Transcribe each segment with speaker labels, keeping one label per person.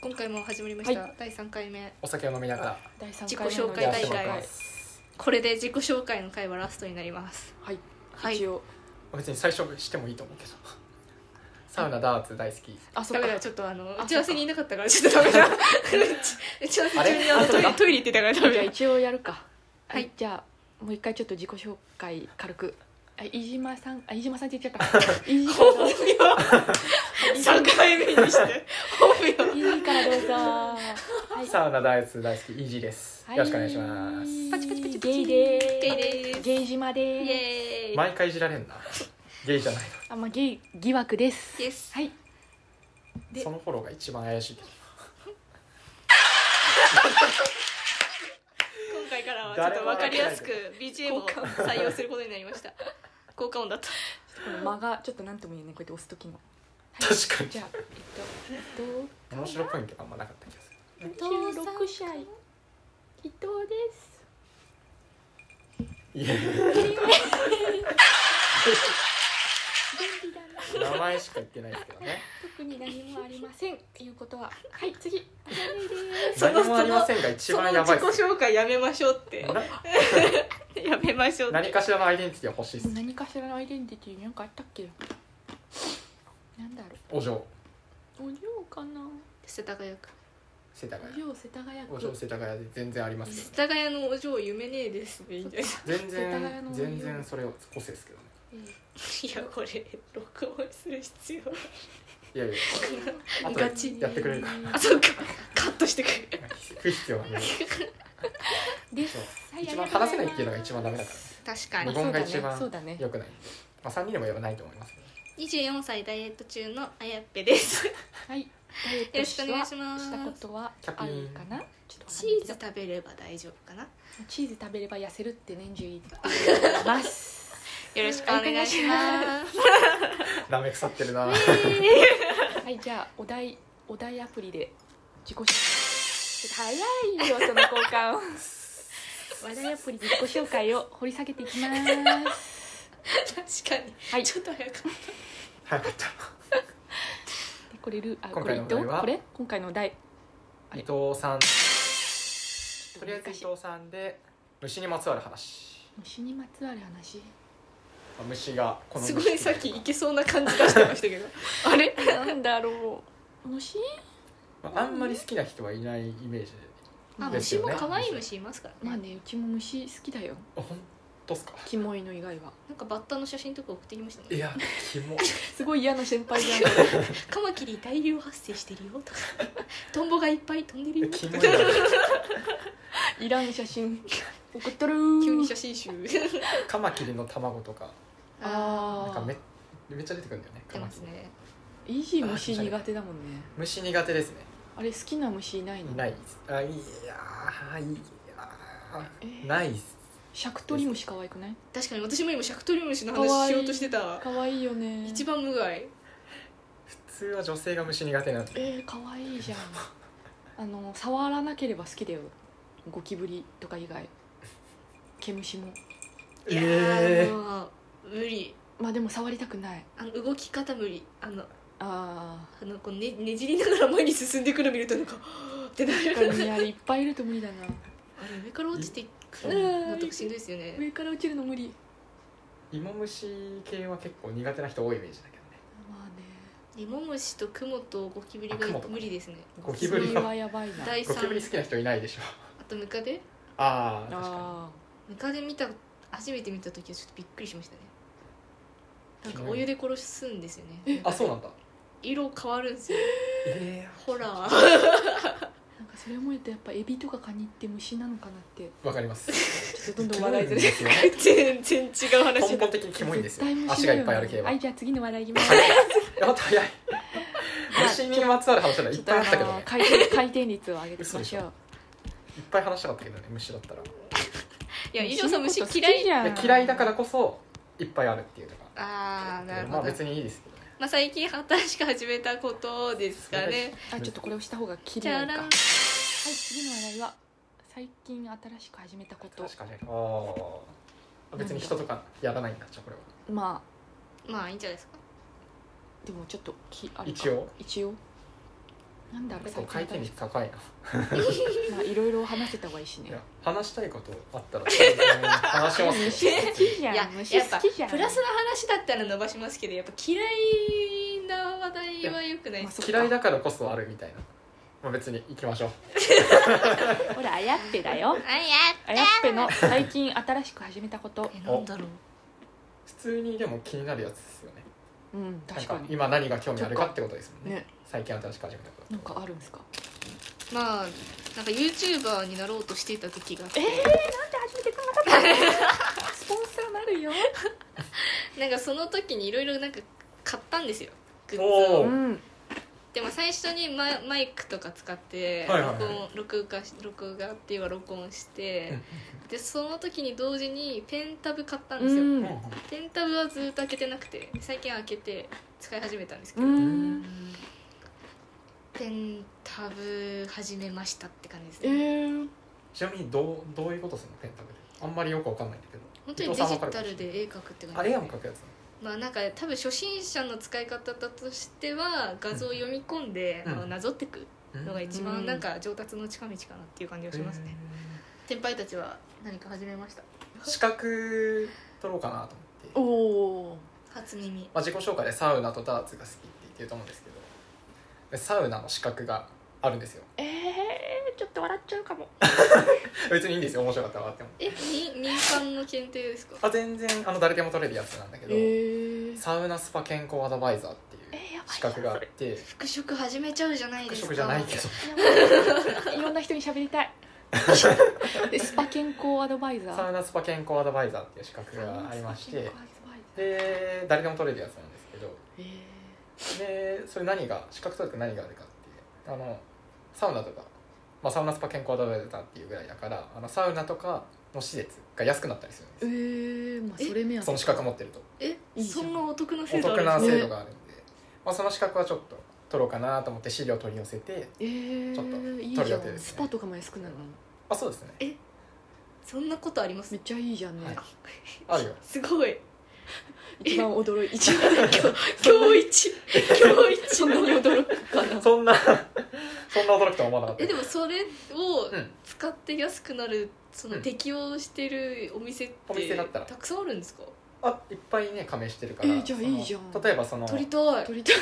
Speaker 1: 今回も始まりました、第3回目
Speaker 2: お酒を飲みながら
Speaker 3: 第三
Speaker 1: 自己
Speaker 3: 回目
Speaker 1: 紹
Speaker 3: の
Speaker 1: 介
Speaker 2: やって
Speaker 1: 大
Speaker 2: もらっ
Speaker 1: 会
Speaker 2: てま
Speaker 3: は
Speaker 2: す
Speaker 1: これで自己紹介の回はラストになります
Speaker 3: い、
Speaker 1: はい
Speaker 3: 一応
Speaker 2: 別に最初してもいいと思う けどサウナダーツ大好き
Speaker 3: あそ
Speaker 1: ダ
Speaker 3: っ
Speaker 1: メ
Speaker 3: か
Speaker 1: だちょっとあの
Speaker 3: あ
Speaker 1: 打ち合わせにいなかったからちょっとダメだ打ち合わせ中にあのトイレトイレ行ってたからダメ
Speaker 3: じゃあ
Speaker 1: だ
Speaker 3: 一応やるか
Speaker 1: はい
Speaker 3: じゃあもう一回ちょっと自己紹介軽くあ飯島さんあ飯島さんって言っちゃ った飯島さん
Speaker 1: 3回目にして本名
Speaker 3: いいからどうぞ。はい
Speaker 2: サウナダーツ大好きイージーです、よろしくお願いします
Speaker 1: パチパチパチパ
Speaker 3: ゲ
Speaker 1: チ
Speaker 3: イで
Speaker 1: ゲイ
Speaker 3: ー
Speaker 1: です
Speaker 3: す。ゲイ島で
Speaker 1: イ
Speaker 3: ーす。
Speaker 1: エーイ
Speaker 2: 毎回いじられ んなゲイじゃない
Speaker 3: あ、まあ、ゲイ疑惑です。
Speaker 1: イエス
Speaker 3: はい。
Speaker 2: の
Speaker 1: で
Speaker 2: そのフォローが一番怪しいけど
Speaker 1: 今回からはちょっと分かりやすく BGM を採用することになりました効果音だった
Speaker 3: この間がちょっとなんとも言えないこうやって押す時の。
Speaker 2: 確か
Speaker 3: じゃあえっとえっ
Speaker 2: に面白ポイントがあんまなかった気がする
Speaker 3: と十六歳伊藤です。
Speaker 2: いや
Speaker 3: 便利だな。
Speaker 2: 名前しか言ってないですけど ね
Speaker 3: 特に何もありません。っていうこと ははい次。あやめです。
Speaker 1: その
Speaker 2: 何もありませんが一
Speaker 1: その
Speaker 2: 番やば
Speaker 1: 自
Speaker 2: い
Speaker 1: 己
Speaker 2: です
Speaker 1: 紹介やめましょうって
Speaker 2: な
Speaker 1: やめましょうって
Speaker 2: 何かしらのアイデンティティは欲しいです
Speaker 3: 何かしらのアイデンティティなんかあったっけ。なんだろ
Speaker 2: お嬢
Speaker 3: う。お嬢かな。
Speaker 1: 世田谷区
Speaker 2: 世田
Speaker 3: お
Speaker 2: 谷
Speaker 3: 嬢世田谷
Speaker 2: お嬢
Speaker 3: 区。
Speaker 2: 世田谷で全然ありますけど
Speaker 1: 世田谷のお嬢夢ねえですねみたいな
Speaker 2: 全
Speaker 3: 世田
Speaker 2: 然
Speaker 3: 谷の
Speaker 2: 全然それを個性ですけど ね
Speaker 1: いやこれ録音する必要
Speaker 2: いやいやあと
Speaker 1: ガチ
Speaker 2: やってくれるから
Speaker 1: あそうかカットしてくれる
Speaker 2: 聞く必要はない
Speaker 3: です
Speaker 2: そう。
Speaker 3: はい
Speaker 2: 一番話せないっていうのが一番ダメだか
Speaker 1: 確
Speaker 2: ら
Speaker 1: か
Speaker 2: ね
Speaker 1: に
Speaker 2: 日本が一番
Speaker 3: そうだね
Speaker 2: 良くないまあ3人でもやばないと思いますけど
Speaker 1: 24歳ダイエット中のあやっぺですよ
Speaker 3: はい。よ
Speaker 1: ろしくお願いしま
Speaker 3: し
Speaker 1: す
Speaker 3: たことはあるかな。ちょっとわかんないけ ど
Speaker 1: チーズ食べれば大丈夫かな
Speaker 3: チーズ食べれば痩せるって年中言って ます。
Speaker 1: よろしくお願いします
Speaker 2: ダメ腐ってるな
Speaker 3: はい、じゃあお題お題アプリで自己紹介。ちょっと早いよその交換を。話題アプリで自己紹介を掘り下げていきます。
Speaker 1: 確かに
Speaker 3: はい。
Speaker 1: ちょっと早かっ
Speaker 2: 早かった
Speaker 3: これルーあ
Speaker 2: 今
Speaker 3: これ
Speaker 2: 回
Speaker 3: どう
Speaker 2: のお題は
Speaker 3: これ今回のお題あ
Speaker 2: 伊
Speaker 3: れ
Speaker 2: 藤さんとりあえず
Speaker 3: 難
Speaker 2: 伊
Speaker 3: しい
Speaker 2: 藤さんで虫にまつわる話
Speaker 3: 虫にまつわる話。
Speaker 2: まあ虫がこ
Speaker 1: た
Speaker 2: の
Speaker 1: すごいさっきいけそうな感じ出してま したけどあれ
Speaker 3: なんだろう。虫？
Speaker 2: まああんまり好きな人はいないイメージで
Speaker 1: あ
Speaker 2: で
Speaker 1: 虫
Speaker 2: すよ
Speaker 1: も
Speaker 2: ね
Speaker 1: 可愛い虫いますから
Speaker 3: まあ
Speaker 1: ね
Speaker 3: ねうちも虫好きだよ。
Speaker 2: あ本当っすか
Speaker 3: キモいの以外は。
Speaker 1: なんかバッタの写真とか送ってきましたもんね
Speaker 2: いやキモ
Speaker 3: すごい嫌な先輩じゃん。
Speaker 1: カマキリ大量発生してるよ とかトンボがいっぱい飛んでるよ
Speaker 2: キ
Speaker 1: と
Speaker 2: モ
Speaker 1: か
Speaker 2: いない
Speaker 3: らん写 真送っとる
Speaker 1: 急に写真 集
Speaker 2: カマキリの卵とかなんか
Speaker 3: あ
Speaker 2: めめっちゃ出てくるんだよね
Speaker 1: 出
Speaker 2: カマ
Speaker 1: ま
Speaker 2: キ
Speaker 1: す
Speaker 2: リ
Speaker 1: ね
Speaker 3: ーイージー虫苦手だもんね
Speaker 2: 虫苦手ですね
Speaker 3: あれ好きな虫いないの
Speaker 2: ないですあいやーいや
Speaker 3: え
Speaker 2: ー
Speaker 3: ー
Speaker 2: ないっす
Speaker 3: シャクトリムシ可愛くない
Speaker 1: 確かに私も今シャクトリムシの
Speaker 3: 可
Speaker 1: 話
Speaker 3: 愛
Speaker 1: し
Speaker 3: い
Speaker 1: ようとしてた
Speaker 3: 可愛いよね
Speaker 1: 一番無害
Speaker 2: 普通は女性が虫苦手なんで
Speaker 3: えー、可愛いじゃんあの触らなければ好きだよゴキブリとか以外毛虫も
Speaker 1: いやー
Speaker 2: えー
Speaker 1: もう無理
Speaker 3: まあでも触りたくない
Speaker 1: あの動き方無理あの
Speaker 3: あ
Speaker 1: あのこうねねじりながら前に進んでくるの見るとなんかってな
Speaker 3: ー確か
Speaker 1: る
Speaker 3: にあれいっぱいいると無理だな
Speaker 1: あれ上から落ちてく
Speaker 3: う
Speaker 1: る
Speaker 3: ん
Speaker 1: のとかしんどいですよね
Speaker 3: 上から落ちるの無理
Speaker 2: 芋虫系は結構苦手な人多いイメージだけどね
Speaker 3: まあね
Speaker 1: イモムシとクモとゴキブリ
Speaker 2: あクモ
Speaker 1: が
Speaker 2: とか
Speaker 1: 無理ですね
Speaker 2: ゴキブリは
Speaker 3: はやばいな
Speaker 1: 第
Speaker 2: ゴキブリ
Speaker 1: 3
Speaker 2: 好きな人いないでしょ
Speaker 1: あとムカデ
Speaker 2: ああ確か
Speaker 3: あ
Speaker 1: ムカデ見た初めて見た時はちょっとびっくりしましたねなんかお湯で殺すんですよね
Speaker 2: にあそうなんだ
Speaker 1: 色変わるんですよ
Speaker 2: ええ
Speaker 1: ホラー
Speaker 3: ーなんかそれ思うとやっぱエビとかカニって虫なのかなって
Speaker 2: わかります
Speaker 3: ちょっとどんどん話題ずれて
Speaker 2: ですよね
Speaker 1: 全然違う話
Speaker 2: 根
Speaker 1: だ
Speaker 2: 本的にキモいんですよ
Speaker 3: 絶対虫だ
Speaker 2: 足がいっぱいある系は、
Speaker 3: はいじゃあ次の話題いき ます
Speaker 2: 早いやばっ早い虫にまつわる話はいっぱいあったけどね
Speaker 3: 回転回転率を上げていきましょう
Speaker 2: いっぱい話したかったけどね虫だったら
Speaker 1: いや伊上さん虫嫌い
Speaker 3: じゃん
Speaker 2: いや嫌いだからこそいっぱいあるっていうのが
Speaker 1: ああなるほ
Speaker 2: ま
Speaker 1: ど、
Speaker 2: あ
Speaker 1: まあ
Speaker 2: 別にいいですけどね
Speaker 1: 最近新しく始めたことですかね
Speaker 3: あちょっとこれをした方が綺
Speaker 1: じ
Speaker 3: 麗
Speaker 1: ゃ
Speaker 3: な
Speaker 1: あ
Speaker 3: の
Speaker 1: らん
Speaker 3: かはい次の話題は最近新しく始めたこと
Speaker 2: 確かにああ別に人とかやらないんだじゃあこれは
Speaker 3: ま
Speaker 1: まあいいんじゃないですか
Speaker 3: あでもちょっときあれか
Speaker 2: 一応
Speaker 3: 一応なんだろう
Speaker 2: 結構回転率高いな
Speaker 3: まあいろいろ話せた方がいいし
Speaker 2: い
Speaker 3: ね
Speaker 2: や話したいこと あったら全然話します
Speaker 3: 虫
Speaker 2: よ
Speaker 3: 好きじゃん
Speaker 1: いや
Speaker 3: 虫
Speaker 1: やっ
Speaker 3: 好
Speaker 1: ぱ
Speaker 3: きじゃん
Speaker 1: プラスの話だったら伸ばしますけどやっぱ嫌いな話題はよくないで
Speaker 3: まあ
Speaker 1: す
Speaker 3: そっか
Speaker 2: 嫌いだからこそあるみたいな、まあ、別に行きましょう
Speaker 3: ほらあやっぺだよ
Speaker 1: あや
Speaker 3: あやっぺの最近新しく始めたこと
Speaker 1: えなんだろう
Speaker 2: 普通にでも気になるやつですよね
Speaker 3: うん確か
Speaker 2: なんか
Speaker 3: に
Speaker 2: 今何が興味あるかってことですもんね
Speaker 3: ね
Speaker 2: 最近新しく始めたこと
Speaker 3: なんかあるんですか
Speaker 1: まあなんか YouTuber になろうとしていた時があって
Speaker 3: えー、なんで始めてくれなかったのスポンサーなるよ
Speaker 1: なんかその時にいろいろなんか買ったんですよグッズ
Speaker 2: お
Speaker 1: を
Speaker 2: ー
Speaker 3: うん
Speaker 1: でも最初にママイクとか使って
Speaker 2: はいはいはい
Speaker 1: 録音録画し録画っていうか録音してでその時に同時にペンタブ買ったんですよ、
Speaker 3: うん
Speaker 1: ペンタブはずっと開けてなくて最近開けて使い始めたんですけ
Speaker 3: う
Speaker 1: ど、
Speaker 3: ん
Speaker 1: ペンタブ始めましたって感じです
Speaker 3: え
Speaker 1: ね、
Speaker 3: ー、
Speaker 2: ちなみにどうどういうことするのペンタブであんまりよくわかんないんだけど
Speaker 1: 本当にデジタルで絵描くって
Speaker 2: あ
Speaker 1: 感じ
Speaker 2: れやん書くやつ
Speaker 1: まあなんか多分初心者の使い方だとしては画像を読み込んで、
Speaker 2: うん
Speaker 1: まあなぞってく
Speaker 2: なの
Speaker 1: のが一
Speaker 3: うん
Speaker 1: 番なんか上達の近道かなっていう感じがしますね、先輩たちは何か始めました
Speaker 2: えー資格取ろうかなと思
Speaker 3: お
Speaker 2: って、
Speaker 3: お
Speaker 1: 初耳
Speaker 2: まあ、自己紹介でサウナとダーツが好きって言ってると思うんですけどでサウナの資格があるんですよ
Speaker 3: えー、ちょっと笑っちゃうかも
Speaker 2: 別にいいんですよ面白かったら笑っても
Speaker 1: えに民間の検定ですか
Speaker 2: あ全然あの誰でも取れるやつなんだけ
Speaker 3: え
Speaker 2: ど、
Speaker 3: ー、
Speaker 2: サウナスパ健康アドバイザーっていう
Speaker 3: えやばいな
Speaker 2: 資格があって
Speaker 1: 復職始めちゃうじゃない
Speaker 2: 服
Speaker 1: ですか
Speaker 2: 職じゃないけど
Speaker 3: いろんな人に喋りたいでスパ健康アドバイザー
Speaker 2: サウナスパ健康アドバイザーっていう資格がありまし
Speaker 3: サウナ
Speaker 2: て
Speaker 3: スパ健康アドバイザー
Speaker 2: で誰でも取れるやつなんですけど
Speaker 3: え
Speaker 2: でそれ何が資格取ると何があるかっていうあのサウナとか、まあ、サウナスパ健康アドバイザーっていうぐらいだからあのサウナとかの施設が安くなったりするん
Speaker 3: ー、え
Speaker 2: で
Speaker 3: ー、まあそれ目当
Speaker 2: すその資格持ってると
Speaker 1: え
Speaker 3: いいじゃん
Speaker 1: そんなお得な
Speaker 2: お
Speaker 1: 制度あ
Speaker 2: 得
Speaker 1: るんで
Speaker 2: な
Speaker 1: すね
Speaker 2: 制度があるんで、まあ、その資格はちょっと取ろうかなと思って資料取り寄せて
Speaker 3: えー、
Speaker 2: ちょっと
Speaker 3: いい
Speaker 2: 取る
Speaker 3: じゃ
Speaker 2: 予定
Speaker 3: ん
Speaker 2: です
Speaker 3: ス
Speaker 2: ね
Speaker 3: パとかも安くなるの
Speaker 2: あそうですね
Speaker 1: そんなことあります
Speaker 3: めっちゃいいじゃんね、
Speaker 2: はいあるよ
Speaker 1: すご い
Speaker 3: 一番驚い 一番
Speaker 1: 今日一今日一
Speaker 3: そんなに驚くかな
Speaker 2: そんな そんな驚くとは思わなかった
Speaker 1: えでもそれを
Speaker 2: うん
Speaker 1: 使って安くなるその
Speaker 2: うん
Speaker 1: 適用してるお店って
Speaker 2: お店だったら
Speaker 1: たくさんあるんですか
Speaker 2: あいっぱいね加盟してるから、
Speaker 3: えーじゃあ
Speaker 2: その
Speaker 3: いいじゃん
Speaker 2: 例えばその
Speaker 1: 取りたい
Speaker 3: 取りたい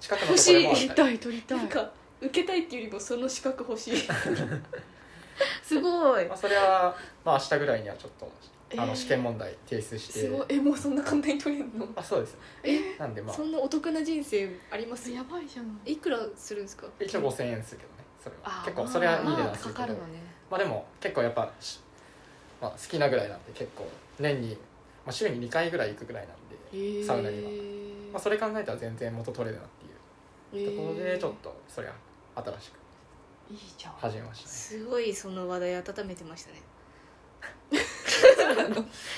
Speaker 2: 近くの
Speaker 1: 欲
Speaker 2: と
Speaker 1: し
Speaker 2: ころ
Speaker 1: い
Speaker 2: もあ
Speaker 3: 取り
Speaker 2: るから
Speaker 3: たい取りたい
Speaker 1: なんか受けたいっていうよりもその資格欲しい すごい
Speaker 2: まあ、それは、まあ、明日ぐらいにはちょっとあ
Speaker 3: えー
Speaker 2: の試験問題提出して、
Speaker 1: すごいえもうそんな簡単に取れるの
Speaker 2: あそうです
Speaker 1: え
Speaker 2: なんでまあ
Speaker 1: そんなお得な人生あります
Speaker 3: やばいじゃん
Speaker 1: いくらするんですか
Speaker 2: 一応5000円するけどねそれ
Speaker 3: あ
Speaker 2: は
Speaker 3: ー
Speaker 2: 結構それはいい値
Speaker 3: まあ
Speaker 2: 段す
Speaker 3: か
Speaker 2: るけ
Speaker 3: か
Speaker 2: ど
Speaker 3: るのね
Speaker 2: まあでも結構やっぱ、しまあ、好きなぐらいなんで結構年に、まあ、週に2回ぐらい行くぐらいなんで、
Speaker 3: えー、
Speaker 2: サウナにはまあ、それ考えたら全然元取れるなって
Speaker 3: え
Speaker 2: いうところで
Speaker 3: ー
Speaker 2: ちょっとそれは新しく
Speaker 3: いいじゃ ん
Speaker 2: 始めましたね
Speaker 1: すごいその話題温めてましたね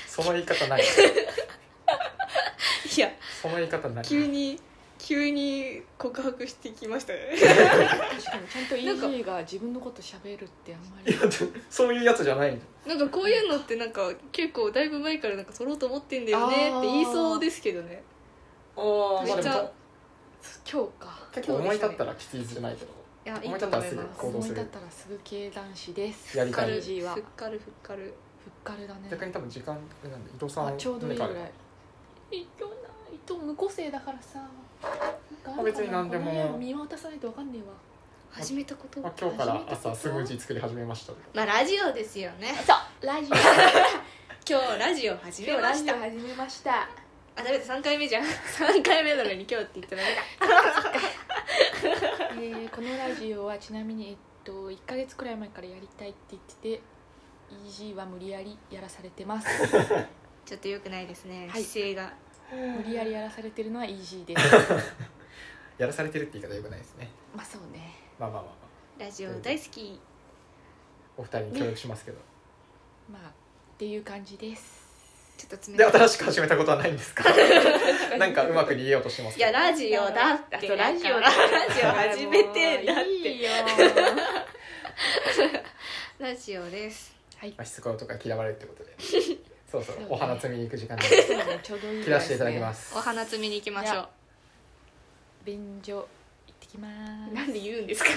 Speaker 2: その言 い方ない
Speaker 1: いや
Speaker 2: その言い方ない
Speaker 1: 急に急に告白してきましたね
Speaker 3: 確かにちゃんと EG が自分のこと喋るってあんまり
Speaker 2: そういうやつじゃないん
Speaker 1: な
Speaker 2: だ
Speaker 1: んかこういうのってなんか結構だいぶ前からなんか取ろうと思ってんだよねって言いそうですけどね
Speaker 2: あーまあ
Speaker 1: めっち
Speaker 2: で
Speaker 1: ゃ
Speaker 2: も
Speaker 3: 今日か
Speaker 2: 結構思い立ったらきついじゃないけど
Speaker 1: いやいい
Speaker 2: 思い
Speaker 1: と
Speaker 2: 立った
Speaker 1: 思い
Speaker 2: らすぐ
Speaker 1: ます
Speaker 2: 行
Speaker 3: 思
Speaker 2: 動
Speaker 3: い
Speaker 2: す
Speaker 3: 立っ
Speaker 2: る
Speaker 3: たらすぐ系男子です
Speaker 2: やりたい
Speaker 1: ふっ
Speaker 3: EG は
Speaker 1: か
Speaker 3: ふ
Speaker 1: る
Speaker 3: っ
Speaker 1: ふっかるふっかる
Speaker 3: かるだね
Speaker 2: 逆に多分時間なんで伊藤さん
Speaker 3: あ
Speaker 2: は
Speaker 3: ちょうどいいぐらい
Speaker 2: 何かあ
Speaker 3: い
Speaker 2: る
Speaker 3: いよないと無個性だからさなんかあるかな
Speaker 2: 別に何でも
Speaker 3: この絵を見渡さないとわかんねえわ
Speaker 1: 始めたこと
Speaker 2: まあ、今日から朝スムージー作り始めました
Speaker 1: まあラジオですよね
Speaker 3: そうラジ オ
Speaker 1: 今日ラジオ始めましたあ
Speaker 3: 始めました
Speaker 1: ダメだ3回目 じゃん3回目なのに今日って言ったらダメだ
Speaker 3: えーこのラジオはちなみにえっと1か月くらい前からやりたいって言ってて EG は無理やりやらされてます
Speaker 1: ちょっと良くないですね、
Speaker 3: はい
Speaker 1: 姿勢が
Speaker 3: 無理やりやらされてるのは EG です
Speaker 2: やらされてるって言い方よくないですね
Speaker 3: まあそうね
Speaker 2: まあまあまあ、ま
Speaker 1: ラジオ大好き
Speaker 2: あ、お二人に協力しますけど、
Speaker 3: まあっていう感じです
Speaker 1: ちょっと冷
Speaker 2: で
Speaker 1: たい
Speaker 2: 新しく始めたことはないんですかなんかうまく逃げようとしてます
Speaker 1: い
Speaker 2: けど
Speaker 1: やラジオだって
Speaker 3: あとラジ
Speaker 1: だ
Speaker 3: オ
Speaker 1: ラジオ始め てだっ
Speaker 3: い
Speaker 1: て
Speaker 3: いよ
Speaker 1: ラジオです
Speaker 3: はい
Speaker 2: まあ、しつこいとか嫌われるってことでそうそう
Speaker 3: そうね
Speaker 2: お花摘みに行く時間で
Speaker 3: そうねちょうどいい
Speaker 2: 切らせていただきます
Speaker 1: お花摘みに行きましょう
Speaker 3: 便所行ってききます
Speaker 1: なんで言うんですか